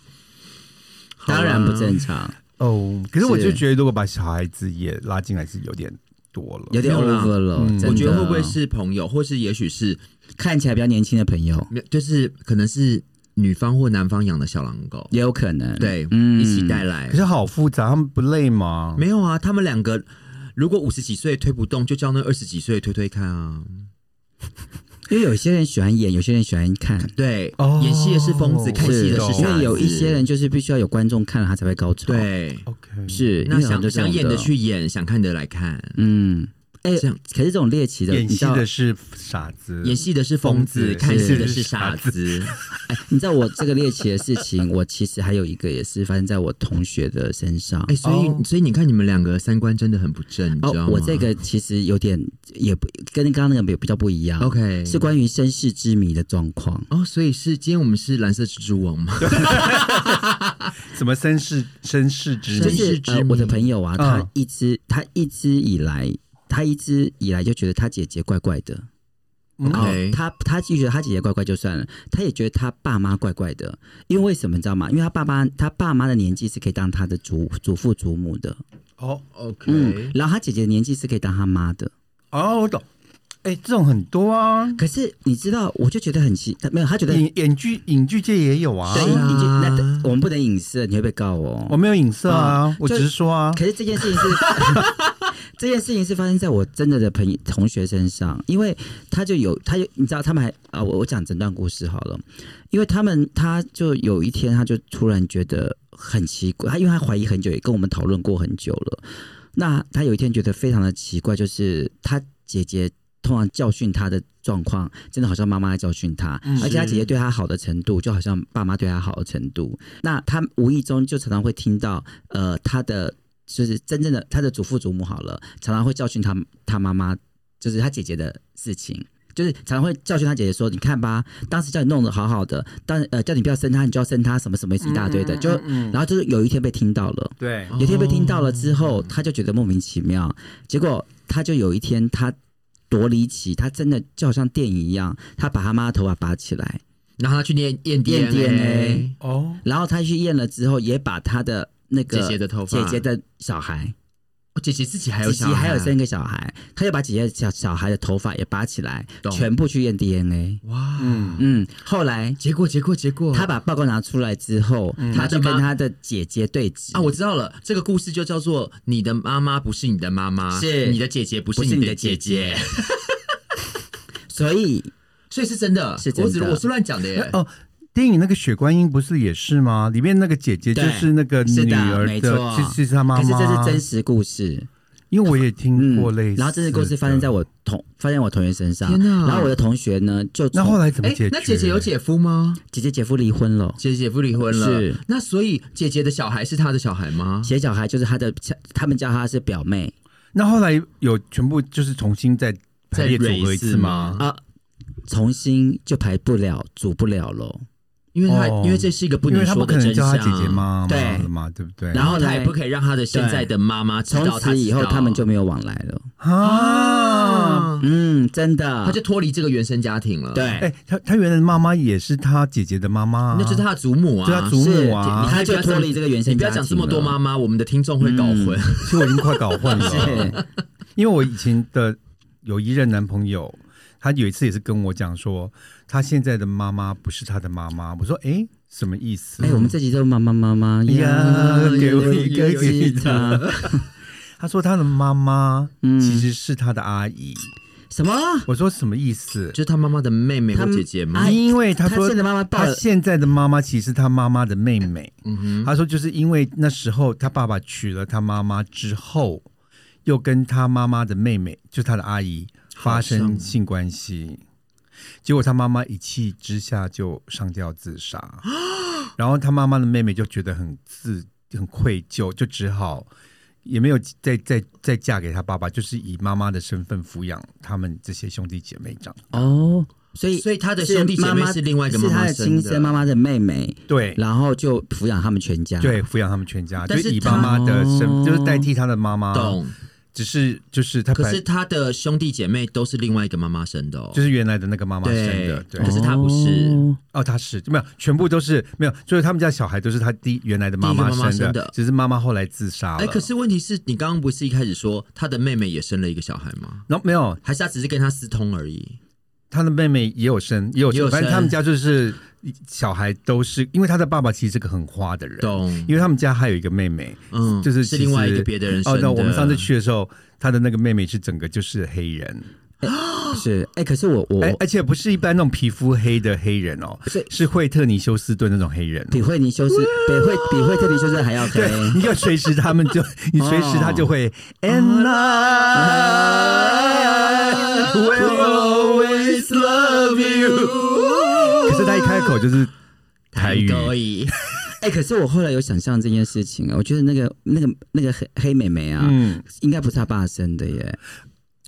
Speaker 1: 啊
Speaker 2: 啊
Speaker 3: 当然不正常，
Speaker 1: 哦，可是我就是觉得，如果把小孩子也拉进来，是有点多了。
Speaker 3: 有点
Speaker 2: 没有啦
Speaker 3: over 了。
Speaker 1: 嗯
Speaker 3: 真的
Speaker 2: 我觉得会不会是朋友，或是也许是
Speaker 3: 看起来比较年轻的朋友，
Speaker 2: 没有就是可能是女方或男方养的小狼狗，
Speaker 3: 也有可能。
Speaker 2: 对，
Speaker 3: 嗯
Speaker 2: 一起带来
Speaker 1: 可。是好复杂，他们不累吗？
Speaker 2: 没有啊，他们两个如果五十几岁推不动，就叫那二十几岁推推看啊。
Speaker 3: 因为有些人喜欢演，有些人喜欢看。
Speaker 2: 对，
Speaker 1: 哦
Speaker 2: 演戏的是疯子，看戏的是
Speaker 1: 懂
Speaker 2: 傻子
Speaker 3: 因为有一些人就是必须要有观众看了他才会高潮。，
Speaker 2: 对，
Speaker 1: ，OK，
Speaker 3: 是
Speaker 2: 那
Speaker 3: 因为很
Speaker 2: 想
Speaker 3: 多这种
Speaker 2: 想演的，去演，想看的来看。
Speaker 3: 嗯，哎，
Speaker 2: 这样
Speaker 3: 可是这种猎奇的，
Speaker 1: 演
Speaker 3: 你
Speaker 1: 戏
Speaker 3: 知道
Speaker 1: 的是傻子，
Speaker 2: 演戏的是疯子，
Speaker 1: 疯子
Speaker 2: 看戏的
Speaker 1: 是
Speaker 2: 是傻子。
Speaker 3: 哎你知道我这个猎奇的事情，我其实还有一个也是发生在我同学的身上。
Speaker 2: 哎、所以、
Speaker 1: 哦
Speaker 2: 所以你看，你们两个三观真的很不正，你知道吗？
Speaker 3: 哦，我这个其实有点也不跟刚刚那个比比较不一样。
Speaker 2: OK
Speaker 3: 是关于身世之谜的状况。
Speaker 2: 哦，所以是今天我们是蓝色蜘蛛网吗？
Speaker 1: 什么绅士绅士之
Speaker 3: 就
Speaker 2: 绅士
Speaker 1: 名
Speaker 3: 是
Speaker 2: 之谜
Speaker 3: 呃，我的朋友啊，他
Speaker 1: 嗯
Speaker 3: 一直他一直以来，他一直以来就觉得他姐姐怪怪的。
Speaker 1: 嗯
Speaker 3: 然后
Speaker 2: OK
Speaker 3: 他他就觉得他姐姐怪怪就算了，他也觉得他爸妈怪怪的。因为什么你知道吗？因为他爸爸他爸妈的年纪是可以当他的祖祖父祖母的，
Speaker 1: 哦
Speaker 2: OK，、
Speaker 3: 嗯，然后他姐姐的年纪是可以当他妈的。
Speaker 1: 哦，我懂。哎，这种很多啊，
Speaker 3: 可是你知道，我就觉得很奇，没有他觉得
Speaker 1: 影影剧影剧界也有啊
Speaker 3: 对，，
Speaker 2: 是啊
Speaker 3: 你就那我们不能影射，你会被告哦。
Speaker 1: 我没有影射啊，我
Speaker 3: 就
Speaker 1: 只是说啊，
Speaker 3: 可是这件事情是，这件事情是发生在我真的的朋友同学身上，因为他就有，他就你知道，他们还啊，我我讲整段故事好了，因为他们他就有一天，他就突然觉得很奇怪，他因为他怀疑很久，也跟我们讨论过很久了。那他有一天觉得非常的奇怪，就是他姐姐通常教训他的状况，真的好像妈妈在教训他，而且他姐姐对他好的程度，就好像爸妈对他好的程度。那他无意中就常常会听到，呃，他的就是真正的他的祖父祖母好了，常常会教训他他妈妈，就是他姐姐的事情。就是常常会教训他姐姐说：“你看吧，当时叫你弄得好好的，当呃叫你不要生他，你就要生他，什么什么一大堆的。就
Speaker 1: 嗯
Speaker 3: 然后就是有一天被听到了，
Speaker 1: 对
Speaker 2: 哦
Speaker 3: 有一天被听到了之后，他就觉得莫名其妙。结果他就有一天，他多离奇，他真的就好像电影一样，他把他妈的头发拔起来，
Speaker 2: 然后他去验验 DNA，,
Speaker 3: 验 DNA
Speaker 1: 哦，
Speaker 3: 然后他去验了之后，也把他的那个
Speaker 2: 姐姐的头发，
Speaker 3: 姐姐的小孩，
Speaker 2: 哦姐姐自己还有
Speaker 3: 自己
Speaker 2: 小孩，
Speaker 3: 还有生一个小孩，他就把姐姐的小小孩的头发也拔起来
Speaker 2: 懂，
Speaker 3: 全部去验 DNA。
Speaker 2: 哇，
Speaker 1: 嗯，
Speaker 3: 嗯，后来
Speaker 2: 结果结果结果，
Speaker 3: 他把报告拿出来之后，他就跟他的姐姐对质
Speaker 2: 啊，我知道了，这个故事就叫做你的妈妈不是你的妈妈，
Speaker 3: 是
Speaker 2: 你的姐姐不是
Speaker 3: 不是
Speaker 2: 你
Speaker 3: 你
Speaker 2: 的
Speaker 3: 的
Speaker 2: 姐
Speaker 3: 姐
Speaker 2: 姐，
Speaker 3: 所以
Speaker 2: 所以是真的，
Speaker 3: 是真的
Speaker 2: 我只我是乱讲的耶。
Speaker 1: 哦。电影那个雪观音不是也是吗？里面那个姐姐就
Speaker 3: 对
Speaker 1: 是那个
Speaker 3: 是
Speaker 1: 女
Speaker 3: 的
Speaker 1: 儿
Speaker 3: 没
Speaker 1: 的，
Speaker 3: 错
Speaker 1: 其实是她妈
Speaker 3: 可是
Speaker 1: 妈。
Speaker 3: 这是真实故事。嗯
Speaker 1: 因为我也听过类似的、
Speaker 3: 然后这次故事发生在我同发生在我同学身上，
Speaker 2: 天哪
Speaker 3: 然后我的同学呢，就
Speaker 1: 那
Speaker 3: 从
Speaker 1: 后来怎么
Speaker 2: 哎
Speaker 1: 解决？
Speaker 2: 那姐姐有姐夫吗？
Speaker 3: 姐姐姐夫离婚了，
Speaker 2: 姐姐姐夫离婚了，
Speaker 3: 是
Speaker 2: 那所以姐姐的小孩是他的小孩吗？
Speaker 3: 写小孩就是他的，他们叫她是表妹
Speaker 1: 那后来有全部就是重新再排
Speaker 2: 在
Speaker 1: 列
Speaker 2: 蕊
Speaker 1: 组合一
Speaker 2: 是
Speaker 1: 次吗？
Speaker 3: 啊，重新就排不了，组不了喽。
Speaker 2: 因为他、
Speaker 1: 哦
Speaker 2: 因为这是一个不
Speaker 1: 因为
Speaker 2: 能
Speaker 1: 他不
Speaker 2: 说的
Speaker 1: 可
Speaker 2: 真
Speaker 1: 能叫
Speaker 2: 相，
Speaker 1: 她姐姐妈妈
Speaker 3: 对
Speaker 1: 了嘛，对不对？
Speaker 2: 然后他
Speaker 3: 对
Speaker 2: 也不可以让他的现在的妈妈知
Speaker 3: 从
Speaker 2: 道他
Speaker 3: 此以后
Speaker 2: 知道
Speaker 3: 他们就没有往来了。
Speaker 1: 啊，
Speaker 2: 啊，
Speaker 3: 嗯，真的，
Speaker 2: 他就脱离这个原生家庭了。
Speaker 3: 对，，
Speaker 1: 哎、她她原来的妈妈也是她姐姐的妈妈、啊，
Speaker 2: 那就是他的祖母啊，
Speaker 1: 就她祖
Speaker 3: 是
Speaker 1: 母啊
Speaker 2: 你，
Speaker 3: 他
Speaker 2: 可以不
Speaker 3: 就
Speaker 2: 要
Speaker 3: 脱
Speaker 2: 么
Speaker 3: 离这个原生
Speaker 2: 你不要
Speaker 3: 家
Speaker 2: 讲这
Speaker 3: 庭
Speaker 2: 么多
Speaker 3: 了
Speaker 2: 妈妈，我们的听众会搞混。
Speaker 1: 其实我已经快搞混了。
Speaker 3: 是
Speaker 1: 因为我以前的有一任男朋友，他有一次也是跟我讲说，他现在的妈妈不是他的妈妈。我说，哎、什么
Speaker 3: 哎
Speaker 1: 意思？
Speaker 3: 哎，我们这集都妈妈妈妈
Speaker 1: 呀
Speaker 3: 呀，
Speaker 1: 给我一个吉
Speaker 3: 吉
Speaker 1: 他
Speaker 3: 他，
Speaker 1: 他说他的妈妈
Speaker 3: 嗯
Speaker 1: 其实是他的阿姨。
Speaker 3: 什么？
Speaker 1: 我说什么意思
Speaker 2: 就？是他妈妈的妹妹或
Speaker 3: 他们
Speaker 2: 姐姐吗
Speaker 3: 哎？
Speaker 1: 因为他说
Speaker 3: 现在妈妈抱
Speaker 1: 他
Speaker 3: 了，
Speaker 1: 现在的妈妈其实他妈妈的妹妹。
Speaker 2: 嗯哼，
Speaker 1: 他说就是因为那时候他爸爸娶了他妈妈之后，又跟他妈妈的妹妹，就是他的阿姨发
Speaker 2: 好像
Speaker 1: 生
Speaker 2: 哦
Speaker 1: 性关系，结果他妈妈一气之下就上吊自杀，然后他妈妈的妹妹就觉得很自很愧疚，就只好。也没有再再再嫁给他爸爸，就是以妈妈的身份抚养他们这些兄弟姐妹长。
Speaker 3: 哦，所以
Speaker 2: 哎所以他的兄弟姐妹
Speaker 3: 妈妈
Speaker 2: 是另外一个妈
Speaker 3: 是他
Speaker 2: 妈
Speaker 3: 的
Speaker 2: 生
Speaker 3: 亲生妈
Speaker 2: 的。
Speaker 3: 妈的妹妹，
Speaker 1: 对
Speaker 3: 然后就抚养他们全家。
Speaker 1: 对，抚养他们全家，就
Speaker 2: 嗯但是
Speaker 1: 以
Speaker 2: 他哦
Speaker 1: 妈妈的身，就是代替他的妈妈。
Speaker 2: 懂，
Speaker 1: 只是就是他本
Speaker 2: 可是他的兄弟姐妹都是另外一个妈妈生的哦，
Speaker 1: 就是原来的那个妈妈
Speaker 2: 对
Speaker 1: 生的，对
Speaker 2: 可。是他不是
Speaker 3: 哦
Speaker 1: 哦，他是没有，全部都是没有，就是他们家小孩都是他第原来的妈
Speaker 2: 第一个妈妈
Speaker 1: 生
Speaker 2: 生的
Speaker 1: 只是妈妈后来自杀了。
Speaker 2: 哎，可是问题是你刚刚不是一开始说他的妹妹也生了一个小孩吗？
Speaker 1: 然后没有，
Speaker 2: 还是他只是跟他私通而已？
Speaker 1: 他的妹妹也有生，也有
Speaker 2: 也有
Speaker 1: 生，反正
Speaker 2: 生
Speaker 1: 他们家就是小孩都是，因为他的爸爸其实是个很花的人，
Speaker 2: 懂？
Speaker 1: 因为他们家还有一个妹妹，
Speaker 2: 嗯，
Speaker 1: 就是其
Speaker 2: 是
Speaker 1: 实
Speaker 2: 另外一个别的人生
Speaker 1: 哦，
Speaker 2: 的。
Speaker 1: 那我们上次去的时候，他的那个妹妹是整个就是黑人，
Speaker 3: 是哎、可是我我
Speaker 1: 而而且不是一般那种皮肤黑的黑人哦，
Speaker 3: 是
Speaker 1: 是惠特尼休斯顿那种黑人哦，
Speaker 3: 比惠尼修斯比惠比惠特尼修斯还要黑。
Speaker 1: 你要随时他们就，你随时他就会。And I will always love you。可是他一开口就是台语，
Speaker 2: 而已。
Speaker 3: 哎、可是我后来有想象这件事情啊，我觉得那个那个那个黑黑妹妹啊，
Speaker 1: 嗯，
Speaker 3: 应该不是他爸生的耶。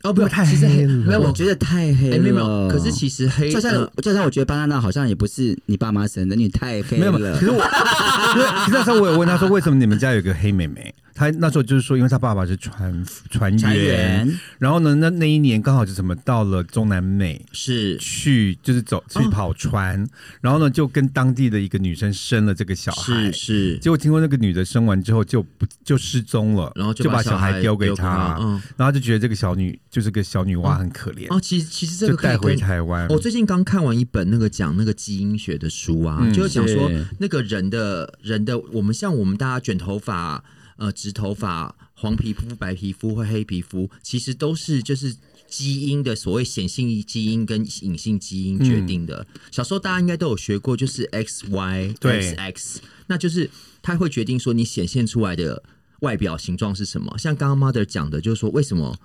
Speaker 2: 哦，不
Speaker 1: 不
Speaker 2: 要
Speaker 1: 太黑了
Speaker 3: 没有，我觉得太黑了。
Speaker 2: 哦哎，没有没有，可是其实黑
Speaker 3: 就像、
Speaker 2: 呃
Speaker 3: 就像我觉得巴娜娜好像也不是你爸妈生的，你太黑
Speaker 1: 没有
Speaker 3: 了。
Speaker 1: 没有。可是我，因为可是那时候我有问他说，为什么你们家有个黑妹妹？他那时候就是说，因为他爸爸是船船
Speaker 3: 裁
Speaker 1: 员，
Speaker 3: 员
Speaker 1: 然后呢，那那一年刚好就怎么到了中南美，
Speaker 2: 是
Speaker 1: 去就是走去跑船，
Speaker 2: 嗯
Speaker 1: 然后呢就跟当地的一个女生生了这个小孩
Speaker 2: 是，是，
Speaker 1: 结果听说那个女的生完之后就不就失踪了，
Speaker 2: 然后
Speaker 1: 就
Speaker 2: 把
Speaker 1: 小孩
Speaker 2: 丢
Speaker 1: 给
Speaker 2: 他。嗯，
Speaker 1: 然后就觉得这个小女就是个小女娃很可怜，
Speaker 2: 哦，其实其实这
Speaker 1: 就
Speaker 2: 个可以
Speaker 1: 带回
Speaker 2: 跟
Speaker 1: 台湾。
Speaker 2: 我最近刚看完一本那个讲那个基因学的书啊，
Speaker 1: 嗯
Speaker 2: 就是讲说
Speaker 3: 是
Speaker 2: 那个人的人的，我们像我们大家卷头发、呃直头发、黄皮肤、白皮肤或黑皮肤，其实都是就是基因的所谓显性基因跟隐性基因决定的。
Speaker 1: 嗯
Speaker 2: 小时候大家应该都有学过，就是 X Y
Speaker 1: 对
Speaker 2: X X，那就是它会决定说你显现出来的外表形状是什么。像刚刚 mother 讲的，就是说为什么。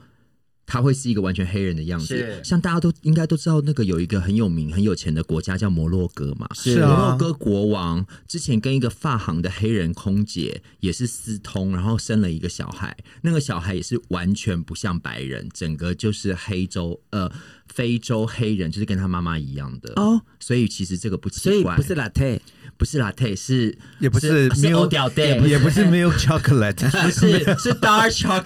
Speaker 2: 他会是一个完全黑人的样子
Speaker 3: 是，
Speaker 2: 像大家都应该都知道，那个有一个很有名、很有钱的国家叫摩洛哥嘛，
Speaker 1: 是
Speaker 2: 摩洛
Speaker 1: 啊，
Speaker 2: 哥国王之前跟一个发行的黑人空姐也是私通，然后生了一个小孩，那个小孩也是完全不像白人，整个就是黑洲呃非洲黑人，就是跟他妈妈一样的
Speaker 3: 哦，
Speaker 2: 所以其实这个不
Speaker 3: 所
Speaker 2: 奇
Speaker 3: 以
Speaker 2: 怪，
Speaker 3: 不是 latte，
Speaker 2: 不是 latte 是
Speaker 1: 也不是
Speaker 2: 是
Speaker 1: milk-
Speaker 2: 欧调
Speaker 1: 也
Speaker 2: day，
Speaker 1: 不也不是 milk chocolate，
Speaker 2: 不是是 dark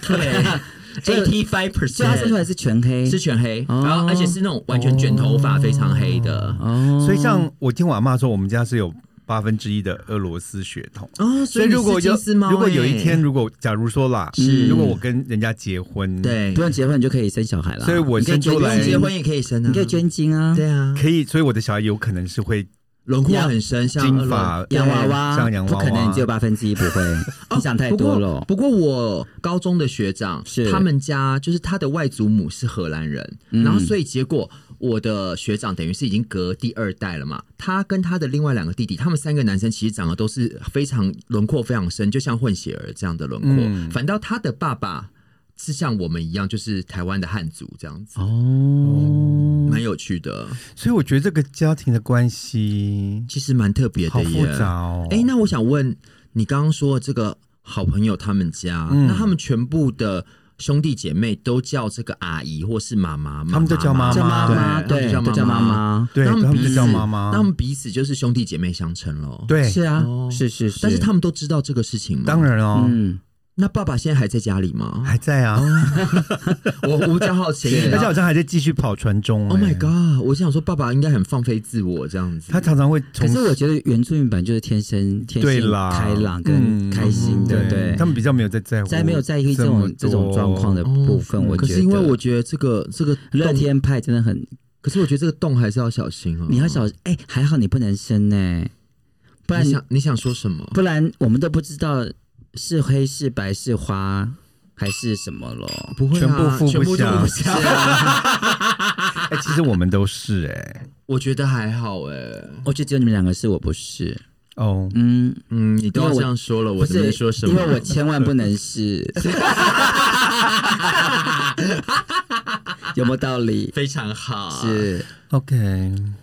Speaker 2: chocolate
Speaker 3: 以
Speaker 2: eighty five
Speaker 3: 所以他生出
Speaker 2: percent
Speaker 3: 来是全黑。
Speaker 2: 是全黑，
Speaker 3: 哦
Speaker 2: 然后而且是那种完全卷头发非常黑的
Speaker 3: 哦，
Speaker 1: 所以像我听我阿妈说，我们家是有八分之一的俄罗斯血统。
Speaker 2: 哦，
Speaker 1: 所以
Speaker 2: 你
Speaker 1: 如果
Speaker 2: 是金
Speaker 1: 有
Speaker 2: 丝猫
Speaker 1: 如果有一
Speaker 2: 欸
Speaker 1: 天，如果假如说啦，
Speaker 2: 是
Speaker 1: 如果我跟人家结婚，，
Speaker 2: 对
Speaker 3: 不。用结婚你就可以生小孩了。
Speaker 1: 所以我
Speaker 3: 你可
Speaker 1: 生出
Speaker 3: 捐
Speaker 1: 来
Speaker 3: 精
Speaker 2: 结婚也可以生啊，
Speaker 3: 你可以捐精啊。
Speaker 2: 对啊，
Speaker 1: 可以，所以我的小孩有可能是会
Speaker 2: 轮廓很深，像
Speaker 1: 金发
Speaker 2: 对
Speaker 3: 洋娃娃，
Speaker 1: 像洋娃娃
Speaker 3: 不可能只有八分之一不会，你想太多了。
Speaker 2: 不过我高中的学长，
Speaker 3: 是
Speaker 2: 他们家就是他的外祖母是荷兰人，
Speaker 1: 嗯
Speaker 2: 然后所以结果我的学长等于是已经隔第二代了嘛。他跟他的另外两个弟弟，他们三个男生其实长得都是非常轮廓非常深，就像混血儿这样的轮廓。
Speaker 1: 嗯
Speaker 2: 反倒他的爸爸是像我们一样，就是台湾的汉族这样子，
Speaker 3: 哦，
Speaker 2: 蛮有趣的，
Speaker 1: 所以我觉得这个家庭的关系
Speaker 2: 其实蛮特别
Speaker 1: 好
Speaker 2: 的
Speaker 1: 复
Speaker 2: 耶。
Speaker 1: 杂哦。
Speaker 2: 哎、那我想问你刚刚说的这个好朋友他们家，
Speaker 1: 嗯
Speaker 2: 那他们全部的兄弟姐妹都叫这个阿姨或是妈妈吗？
Speaker 1: 他们都叫妈
Speaker 3: 叫妈妈，
Speaker 2: 哦对
Speaker 3: 对，
Speaker 2: 他
Speaker 3: 都
Speaker 2: 们就
Speaker 3: 叫
Speaker 2: 叫
Speaker 3: 妈
Speaker 2: 妈
Speaker 3: 妈
Speaker 2: 妈，
Speaker 1: 对，
Speaker 2: 那
Speaker 1: 他
Speaker 2: 他
Speaker 1: 们
Speaker 2: 彼
Speaker 1: 就
Speaker 2: 此
Speaker 1: 叫妈妈，
Speaker 2: 那他们彼此就是兄弟姐妹相称喽。，
Speaker 1: 对，
Speaker 3: 是啊
Speaker 2: 哦，
Speaker 3: 是是是，
Speaker 2: 但是他们都知道这个事情吗？
Speaker 1: 当。然哦，
Speaker 3: 嗯，哦
Speaker 2: 那爸爸现在还在家里吗？
Speaker 1: 还在啊，
Speaker 2: 我我比较 好奇。
Speaker 3: 啊
Speaker 2: 啊
Speaker 1: 而且好像还在继续跑船中、
Speaker 2: Oh my
Speaker 1: 哎
Speaker 2: god！我想说，爸爸应该很放飞自我这样子。
Speaker 1: 他常常会
Speaker 3: 可
Speaker 1: 从
Speaker 3: 是我觉得原住民本来就是天生天
Speaker 1: 对
Speaker 3: 性
Speaker 1: 啦
Speaker 3: 开朗跟
Speaker 1: 嗯
Speaker 3: 开心的，
Speaker 1: 对
Speaker 3: 对，
Speaker 1: 他们比较没有在在乎，
Speaker 3: 在没有在意这种这种状况的
Speaker 1: 的，
Speaker 3: 部分，我
Speaker 2: 哦嗯
Speaker 3: 觉
Speaker 2: 可
Speaker 3: 得。
Speaker 2: 是因为我觉得这个这个
Speaker 3: 乐
Speaker 2: 洞，
Speaker 3: 天派真的很，
Speaker 2: 可是我觉得这个洞还是要小心哦。
Speaker 3: 你要小哎，还好你不能生呢，不然
Speaker 2: 你想你想说什么？
Speaker 3: 不然我们都不知道是黑是白是花。还是什么了？
Speaker 2: 不会、啊，
Speaker 1: 全部付不
Speaker 2: 全部都
Speaker 1: 下
Speaker 2: 不下。
Speaker 1: 哎、其实我们都是哎、
Speaker 2: 我觉得还好哎、
Speaker 3: 我就只有你们两个是，我不是。
Speaker 1: 哦，
Speaker 3: 嗯，
Speaker 2: 嗯，你都要
Speaker 3: 因为我
Speaker 2: 这样说了，
Speaker 3: 不
Speaker 2: 我
Speaker 3: 是
Speaker 2: 能能说什么？
Speaker 3: 因为我千万不能是，有没有道理？
Speaker 2: 非常好，
Speaker 3: 是
Speaker 1: OK，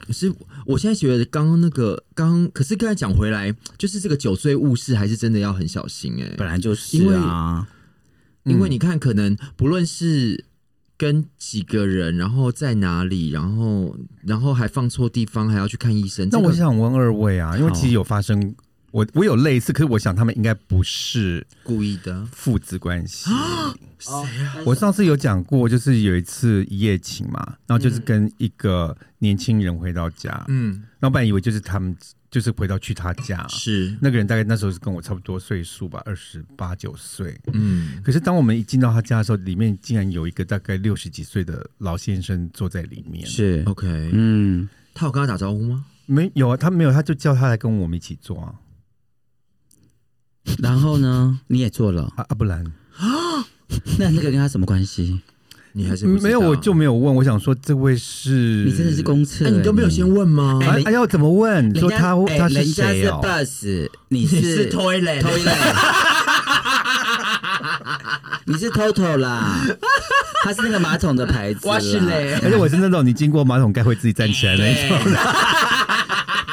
Speaker 2: 可是我现在觉得刚刚那个刚，可是刚才讲回来，就是这个酒醉误事还是真的要很小心哎、
Speaker 3: 本来就是
Speaker 2: 因为
Speaker 3: 啊，
Speaker 2: 因为你看，可能不论是跟几个人，然后在哪里，然后然后还放错地方，还要去看医生。
Speaker 1: 那
Speaker 2: 这
Speaker 1: 我
Speaker 2: 个
Speaker 1: 想问二位啊，因为
Speaker 3: 好
Speaker 1: 其实有发生，我我有类似，可是我想他们应该不是
Speaker 2: 故意的，啊
Speaker 1: 父子关 系。
Speaker 3: 哦
Speaker 1: 我上次有讲过，就是有一次一夜情嘛，然后就是
Speaker 3: 嗯
Speaker 1: 跟一个年轻人回到家，
Speaker 2: 嗯，
Speaker 1: 然后本来以为就是他们就是回到去他家，
Speaker 2: 是，
Speaker 1: 那个人大概那时候是跟我差不多岁数吧，二十八九岁。
Speaker 2: 嗯，
Speaker 1: 可是当我们一进到他家的时候，里面竟然有一个大概六十几岁的老先生坐在里面。
Speaker 3: 是
Speaker 2: OK，、
Speaker 3: 嗯，
Speaker 2: 他有跟他打招呼吗？
Speaker 1: 没有啊，他没有，他就叫他来跟我们一起做啊。
Speaker 3: 然后呢，你也做了，
Speaker 1: 啊啊，不然
Speaker 3: 那那个跟他什么关系？
Speaker 2: 你还是不知道
Speaker 1: 嗯没有，我就没有问。我想说，这位是
Speaker 3: 啊你真的是公厕，
Speaker 2: 哎、你都没有先问吗？
Speaker 1: 哎哎要怎么问？
Speaker 3: 人
Speaker 1: 说
Speaker 3: 家
Speaker 1: 他
Speaker 3: 哎
Speaker 1: 他是
Speaker 3: 人家
Speaker 1: 谁
Speaker 3: 是
Speaker 1: 哦？
Speaker 3: bus，你
Speaker 2: 你是
Speaker 3: 是
Speaker 2: toilet，
Speaker 3: toilet，你是 Toto 啦，他是那个马桶的牌子啦，
Speaker 2: 哇是嘞，
Speaker 1: 而且我是那种你经过马桶盖会自己站起来的那种。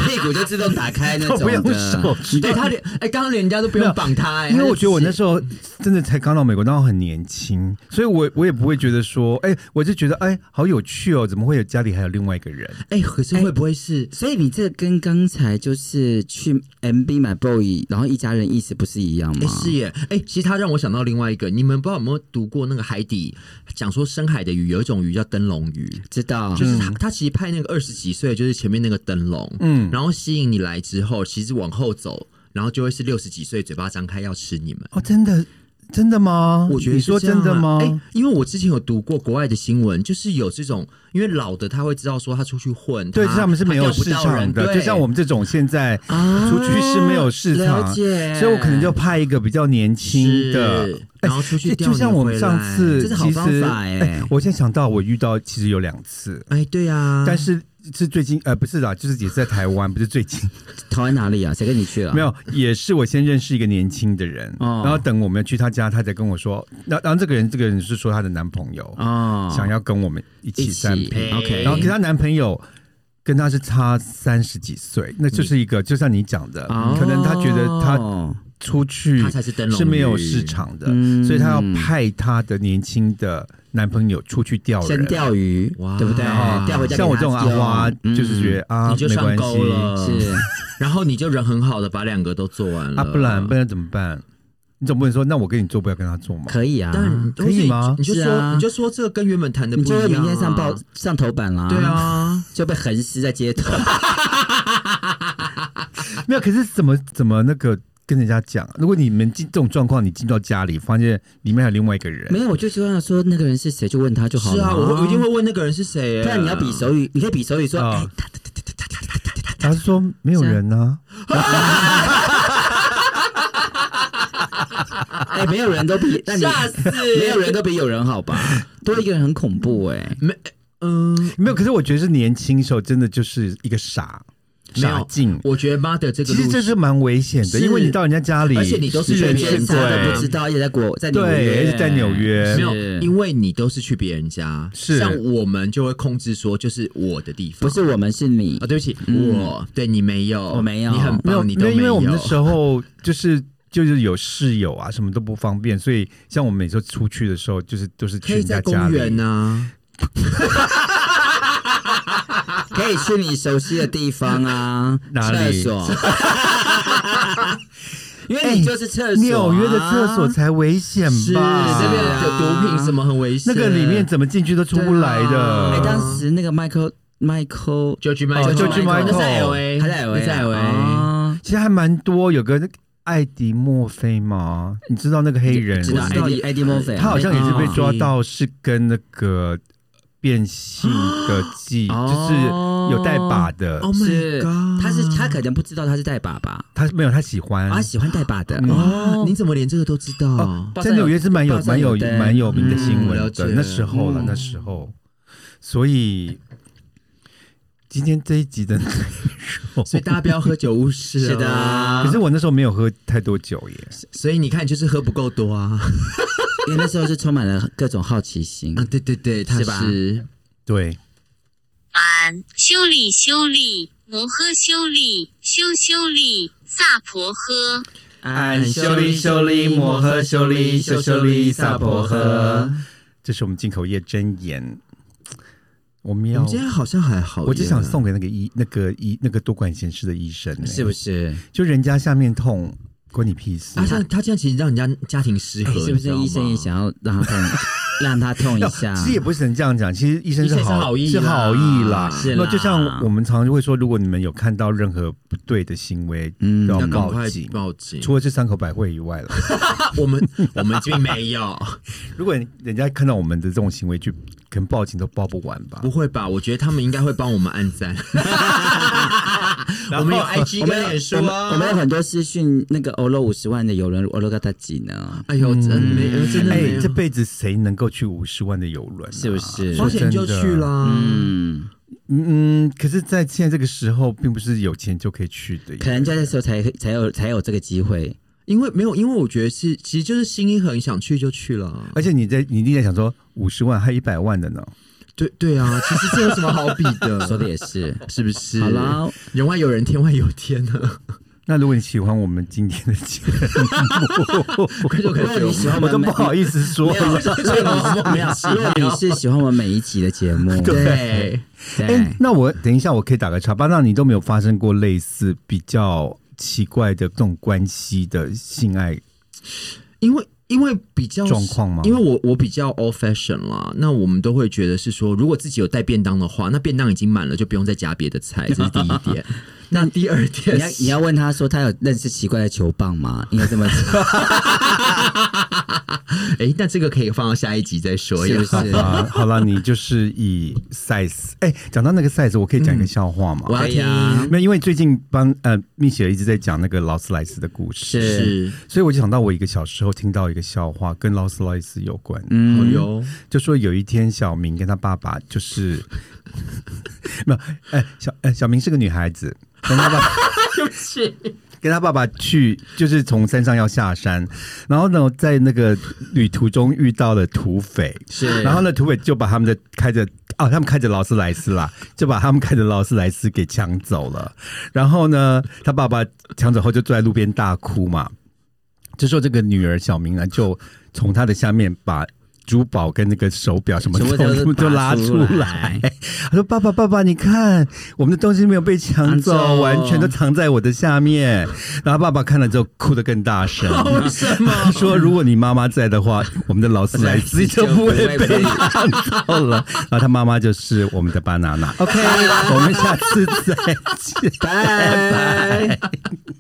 Speaker 3: 屁股就自动打开 那种的，
Speaker 1: 都不用手
Speaker 2: 你对他连哎，刚刚连人家都不用绑他哎、
Speaker 1: 因为我觉得我那
Speaker 2: 候
Speaker 1: 时候真的才刚到美国，然后很年轻，所以我我也不会觉得说，哎、我就觉得哎、好有趣哦，怎么会有家里还有另外一个人？
Speaker 2: 哎，可是会不会是、
Speaker 3: 所以你这跟刚才就是去 MB 买 boy，然后一家人意思不是一样
Speaker 2: 哎、
Speaker 3: 吗？
Speaker 2: 是耶，哎、其实他让我想到另外一个，你们不知道有没有读过那个海底讲说深海的鱼，有一种鱼叫灯笼鱼，
Speaker 3: 知
Speaker 1: 啊
Speaker 3: 道，
Speaker 2: 就是他、他其实派那个二十几岁，就是前面那个灯笼，
Speaker 1: 嗯，
Speaker 2: 然后吸引你来之后，其实往后走，然后就会是六十几岁，嘴巴张开要吃你们。
Speaker 1: 哦，真的真的吗？
Speaker 2: 我觉得
Speaker 1: 你
Speaker 2: 是
Speaker 1: 说
Speaker 2: 这样
Speaker 1: 真
Speaker 2: 啊
Speaker 1: 的吗？
Speaker 2: 哎、因为我之前有读过国外的新闻，就是有这种，因为老的他会知道说他出去混，
Speaker 1: 对，
Speaker 2: 他
Speaker 1: 他们是没有市
Speaker 2: 他钓不到人
Speaker 1: 场的，
Speaker 2: 对
Speaker 1: 就像我们这种现在
Speaker 3: 啊
Speaker 1: 出去是没有市
Speaker 2: 啊
Speaker 1: 场，
Speaker 3: 了解
Speaker 1: 所以我可能就派一个比较年轻的
Speaker 2: 是。然后出去
Speaker 1: 哎
Speaker 2: 钓
Speaker 1: 就像
Speaker 2: 你
Speaker 1: 我
Speaker 2: 回
Speaker 1: 们
Speaker 2: 来
Speaker 1: 上次，
Speaker 3: 这是好
Speaker 1: 其实
Speaker 3: 方法哎
Speaker 1: 我现在想到我遇到其实有两次，
Speaker 2: 哎，对
Speaker 3: 嗯
Speaker 2: 啊，
Speaker 1: 但是是最近，呃，不是啦，就是也是在台湾，不是最 近，
Speaker 3: 台湾哪里啊？谁跟你去了？
Speaker 1: 没，有，也是我先认识一个年轻的人，
Speaker 3: 哦
Speaker 1: 然后等我们去他家，他才跟我说，那然后这个人，这个人是说她的男朋友、
Speaker 3: 哦，
Speaker 1: 想要跟我们一
Speaker 3: 一
Speaker 1: 起
Speaker 3: 起
Speaker 1: 散步，
Speaker 3: OK，
Speaker 1: 然后跟她男朋友。跟她是差三十几岁，那就是一个，就像你讲的，
Speaker 3: 哦
Speaker 1: 可能她觉得她出去
Speaker 2: 他才是灯笼
Speaker 1: 是没有
Speaker 2: 鱼
Speaker 1: 市场的，
Speaker 3: 嗯
Speaker 1: 所以她要派她的年轻的男朋友出去钓
Speaker 3: 先
Speaker 1: 人，
Speaker 3: 钓鱼
Speaker 2: 哇，
Speaker 3: 对不对？
Speaker 2: 然后
Speaker 3: 钓回嗯家给
Speaker 1: 像我这种
Speaker 3: 他
Speaker 1: 阿
Speaker 3: 用
Speaker 1: 花，就是觉得啊，
Speaker 2: 你就
Speaker 1: 没
Speaker 2: 上
Speaker 1: 关系
Speaker 2: 钩，了，
Speaker 3: 是，
Speaker 2: 然后你就人很好的把两个都做完了，
Speaker 1: 啊，不然不然怎么办？你总不能说那我跟你做，不要跟他做嘛？
Speaker 3: 可以啊，
Speaker 2: 但
Speaker 1: 可以吗
Speaker 2: 你就是
Speaker 3: 啊
Speaker 2: 说你就说这个跟原本谈的不
Speaker 3: 你
Speaker 2: 一
Speaker 3: 就会
Speaker 2: 样，啊
Speaker 3: 明天上报上头版啦，
Speaker 2: 对，啊，
Speaker 3: 就被横尸在 街头，
Speaker 1: 没有，可是怎么怎么那个跟人家讲？如果你们进这种状况，你进到家里发现里面还有另外一个人，
Speaker 3: 没有，我就希望说那个人是谁，就问他就好了。哦
Speaker 2: 是啊，我呃会我一定会问那个人是谁，
Speaker 3: 不然你要比手语，你可以比手语说，
Speaker 1: 啊
Speaker 3: 哎，
Speaker 1: 他是说没有人啊
Speaker 2: 啊
Speaker 1: 呢、
Speaker 3: 哎，没有人都 比，但你
Speaker 2: 吓死
Speaker 3: 没有人都比有人好吧？多一个人很恐怖哎、
Speaker 2: 嗯。
Speaker 1: 没有。可是我觉得是年轻时候真的就是一个傻
Speaker 2: 没有
Speaker 1: 傻劲，
Speaker 2: 嗯我觉得妈的这个
Speaker 1: 其
Speaker 2: 路
Speaker 1: 实这是蛮危险的，
Speaker 2: 是
Speaker 1: 因为你到人家家里，
Speaker 2: 而且你都是
Speaker 1: 人
Speaker 2: 人
Speaker 1: 是
Speaker 2: 见
Speaker 3: 啥
Speaker 2: 鬼
Speaker 3: 啊都
Speaker 1: 鬼
Speaker 3: 不知道，而且在国在纽
Speaker 1: 对，而
Speaker 3: 约，
Speaker 1: 且在纽约
Speaker 2: 没有
Speaker 3: 是，
Speaker 2: 因为你都是去别人
Speaker 1: 嗯
Speaker 2: 家，
Speaker 1: 是
Speaker 2: 像我们就会控制说，就是我的地方，
Speaker 3: 不是我们是你
Speaker 2: 啊、，对不起，我对你没有，
Speaker 3: 我没有
Speaker 2: 你很
Speaker 1: 嗯没有，
Speaker 2: 棒，你都
Speaker 1: 因为我们那时
Speaker 2: 候
Speaker 1: 候就是。就是有室友啊，什么都不方便，所以像我们每次出去的时候，就是都是去
Speaker 2: 可以
Speaker 1: 人
Speaker 2: 在
Speaker 1: 家
Speaker 2: 公
Speaker 1: 家里。
Speaker 2: 园啊呢、
Speaker 3: 可以去你熟悉的地方啊，
Speaker 1: 哪
Speaker 3: 厕
Speaker 1: 里
Speaker 3: 所，因为你就是厕所、啊，
Speaker 1: 纽哎约的厕所才危险
Speaker 2: 是
Speaker 1: 吧？
Speaker 2: 这
Speaker 3: 对
Speaker 2: 个
Speaker 3: 啊
Speaker 2: 有毒品什么很危险，啊
Speaker 1: 那个里面怎么进去都出不来
Speaker 3: 哎、
Speaker 1: 的。
Speaker 3: 当时那个 Michael Michael
Speaker 2: George
Speaker 1: 哦
Speaker 2: Michael，
Speaker 1: ，George Michael
Speaker 2: 那在 L A，
Speaker 3: 他在 L A，
Speaker 2: 在 L A，
Speaker 3: 啊
Speaker 1: 其实还蛮多，有个那个艾迪墨菲嘛，你知道那个黑人，
Speaker 3: 知道
Speaker 2: 知道
Speaker 3: Eddie Eddie Murphy，啊哦
Speaker 1: 他好像也是被抓
Speaker 2: 嗯
Speaker 1: 到是跟那个变性的技，就是有带把的，
Speaker 2: Oh my
Speaker 3: 是
Speaker 2: god！
Speaker 3: 他是他可能不知道他是带把吧，
Speaker 1: 他没有他喜欢。
Speaker 3: 他喜欢带把的。
Speaker 1: 啊
Speaker 2: 哦，你怎么连这个都知道？
Speaker 3: 报
Speaker 1: 在
Speaker 3: 上有
Speaker 1: 纽约是蛮有
Speaker 3: 报上
Speaker 1: 蛮有
Speaker 3: 有登
Speaker 1: 蛮有名的新
Speaker 2: 嗯了
Speaker 1: 闻
Speaker 2: 解
Speaker 1: 的，那时候了，那时候，所以今天这一集的内容，
Speaker 2: 所以大家不要喝酒误事。
Speaker 3: 是的啊
Speaker 1: 可是我那时候没有喝太多酒耶，
Speaker 2: 所以你看，就是喝不够多啊。
Speaker 3: 因为那时候是充满了各种好奇心
Speaker 2: 啊，。对对对，他
Speaker 3: 是吧
Speaker 2: 是
Speaker 1: 对，
Speaker 4: 俺修理修理摩诃修理修修理萨婆诃。
Speaker 2: 俺修利修利摩诃修利修修利萨婆诃。
Speaker 1: 这是我们进口业真言，我们
Speaker 2: 我
Speaker 1: 要
Speaker 2: 们今天好像还好耶，啊
Speaker 1: 我就想送给那个医、那个医、那个多管闲事的医生、欸，
Speaker 3: 是不？是？
Speaker 1: 就人家下面痛，关你屁事
Speaker 2: 啊，！他他这样其实让人家家庭失和，
Speaker 3: 哎是不
Speaker 2: 你知
Speaker 3: 是
Speaker 2: 道吗
Speaker 3: 医生也想要让他痛，让他痛一下？
Speaker 1: 其实也不是能这样讲，其实医生
Speaker 2: 医生是
Speaker 1: 好
Speaker 2: 好意
Speaker 1: 是
Speaker 2: 啦
Speaker 1: 好意啦。
Speaker 3: 是啦
Speaker 1: 那就像我们常常就会说，如果你们有看到任何不对的行为，
Speaker 3: 嗯
Speaker 1: 要
Speaker 2: 要赶
Speaker 1: 报
Speaker 2: 快
Speaker 1: 警。
Speaker 2: 报警。
Speaker 1: 除了这三口百惠以外了，
Speaker 2: 啊我们我们并没有，
Speaker 1: 如果人家看到我们的这种行为，就可能报警都报不完吧
Speaker 2: 不。会吧？我觉得他们应该会帮我们按赞。我们有 IG
Speaker 3: 我
Speaker 2: 跟
Speaker 3: 们
Speaker 2: 脸书
Speaker 3: 我们
Speaker 2: 啊
Speaker 3: 我们有很多私讯那个欧罗五十万的有人欧罗嘎达吉呢，
Speaker 2: 哎呦，真没，呃真的
Speaker 1: 嗯哎、
Speaker 2: 没有
Speaker 1: 这。辈子谁能够去五十万的游轮、啊？
Speaker 3: 是不是？
Speaker 2: 花钱就去啦，
Speaker 3: 嗯，
Speaker 1: 嗯，嗯可是，在现在这个时候，并不是有钱就可以去的耶。
Speaker 3: 可能就那时候才才有才有这个机会。
Speaker 2: 因为没有，因为我觉得是，其实就是心一狠，想去就去了。
Speaker 1: 而且你在你一定在想说，五十万还有一百万的呢，
Speaker 2: 对对啊，其实这有什么好比
Speaker 3: 说
Speaker 2: 的？
Speaker 3: 的也是，
Speaker 2: 是不是？
Speaker 3: 好啦，
Speaker 2: 人外有人，天外有天啊 呢。
Speaker 1: 那如果你喜欢我们今天的节目，
Speaker 2: 快就可以
Speaker 3: 如果你喜欢
Speaker 1: 我都
Speaker 3: 们每
Speaker 1: 不好意思说
Speaker 3: 没有，
Speaker 1: 了。
Speaker 3: 如果你是没有，如果你是喜欢我们每一集的节目，
Speaker 2: 对，
Speaker 1: 哎
Speaker 3: 对，，
Speaker 1: 那我等一下我可以打个叉吧？那你都没有发生过类似比较奇怪的这种关系的性爱
Speaker 2: 因为因为比较
Speaker 1: 状况吗
Speaker 2: 因为我我比较 old fashion 啦，那我们都会觉得是说，如果自己有带便当的话，那便当已经满了，就不用再加别的菜，这是第一 点。那第二点
Speaker 3: 你要你要问他说他有认识奇怪的球棒吗？应该这么说，
Speaker 2: 哎，那这个可以放到下一集再说，
Speaker 3: 是不
Speaker 2: 要
Speaker 3: 是？
Speaker 1: 啊？好了，你就是以 size。哎，讲到那个 size，我可以讲一个笑话吗？
Speaker 2: 我要
Speaker 3: 可以
Speaker 2: 听
Speaker 3: 啊
Speaker 1: 没有，因为最近帮呃蜜雪儿一直在讲那个劳斯莱斯的故事，
Speaker 3: 是
Speaker 2: 是，
Speaker 1: 所以我就想到我一个小时候听到一个笑话，跟劳斯莱斯有关。
Speaker 2: 好
Speaker 3: 嗯，
Speaker 2: 哦哟，
Speaker 1: 就说有一天小明跟他爸爸就是 没有，哎、小哎、小明是个女孩子，跟他爸 爸跟他爸爸去，就是从山上要下山，然后呢，在那个旅途中遇到了土匪，
Speaker 3: 是
Speaker 1: 然后呢，土匪就把他们的开着啊，他们开着劳斯莱斯啦，就把他们开着劳斯莱斯给抢走了。然后呢，他爸爸抢走后就坐在路边大哭嘛。这时候，这个女儿小明呢，就从他的下面把珠宝跟那个手表什么
Speaker 3: 全部都
Speaker 1: 都 就拉
Speaker 3: 拔
Speaker 1: 出
Speaker 3: 出
Speaker 1: 来。他说：“爸爸，爸爸，你看我们的东西没有被抢
Speaker 3: 抢
Speaker 1: 走，
Speaker 3: 走
Speaker 1: 完全都藏在我的下面。”然后爸爸看了之后哭得更大声。
Speaker 2: 为什么？
Speaker 1: 他 说：“如果你妈妈在的话，我们的劳斯莱斯就不会 被抢走了。”然后他妈妈就是我们的 banana。OK，我们下次再见。
Speaker 3: 拜拜。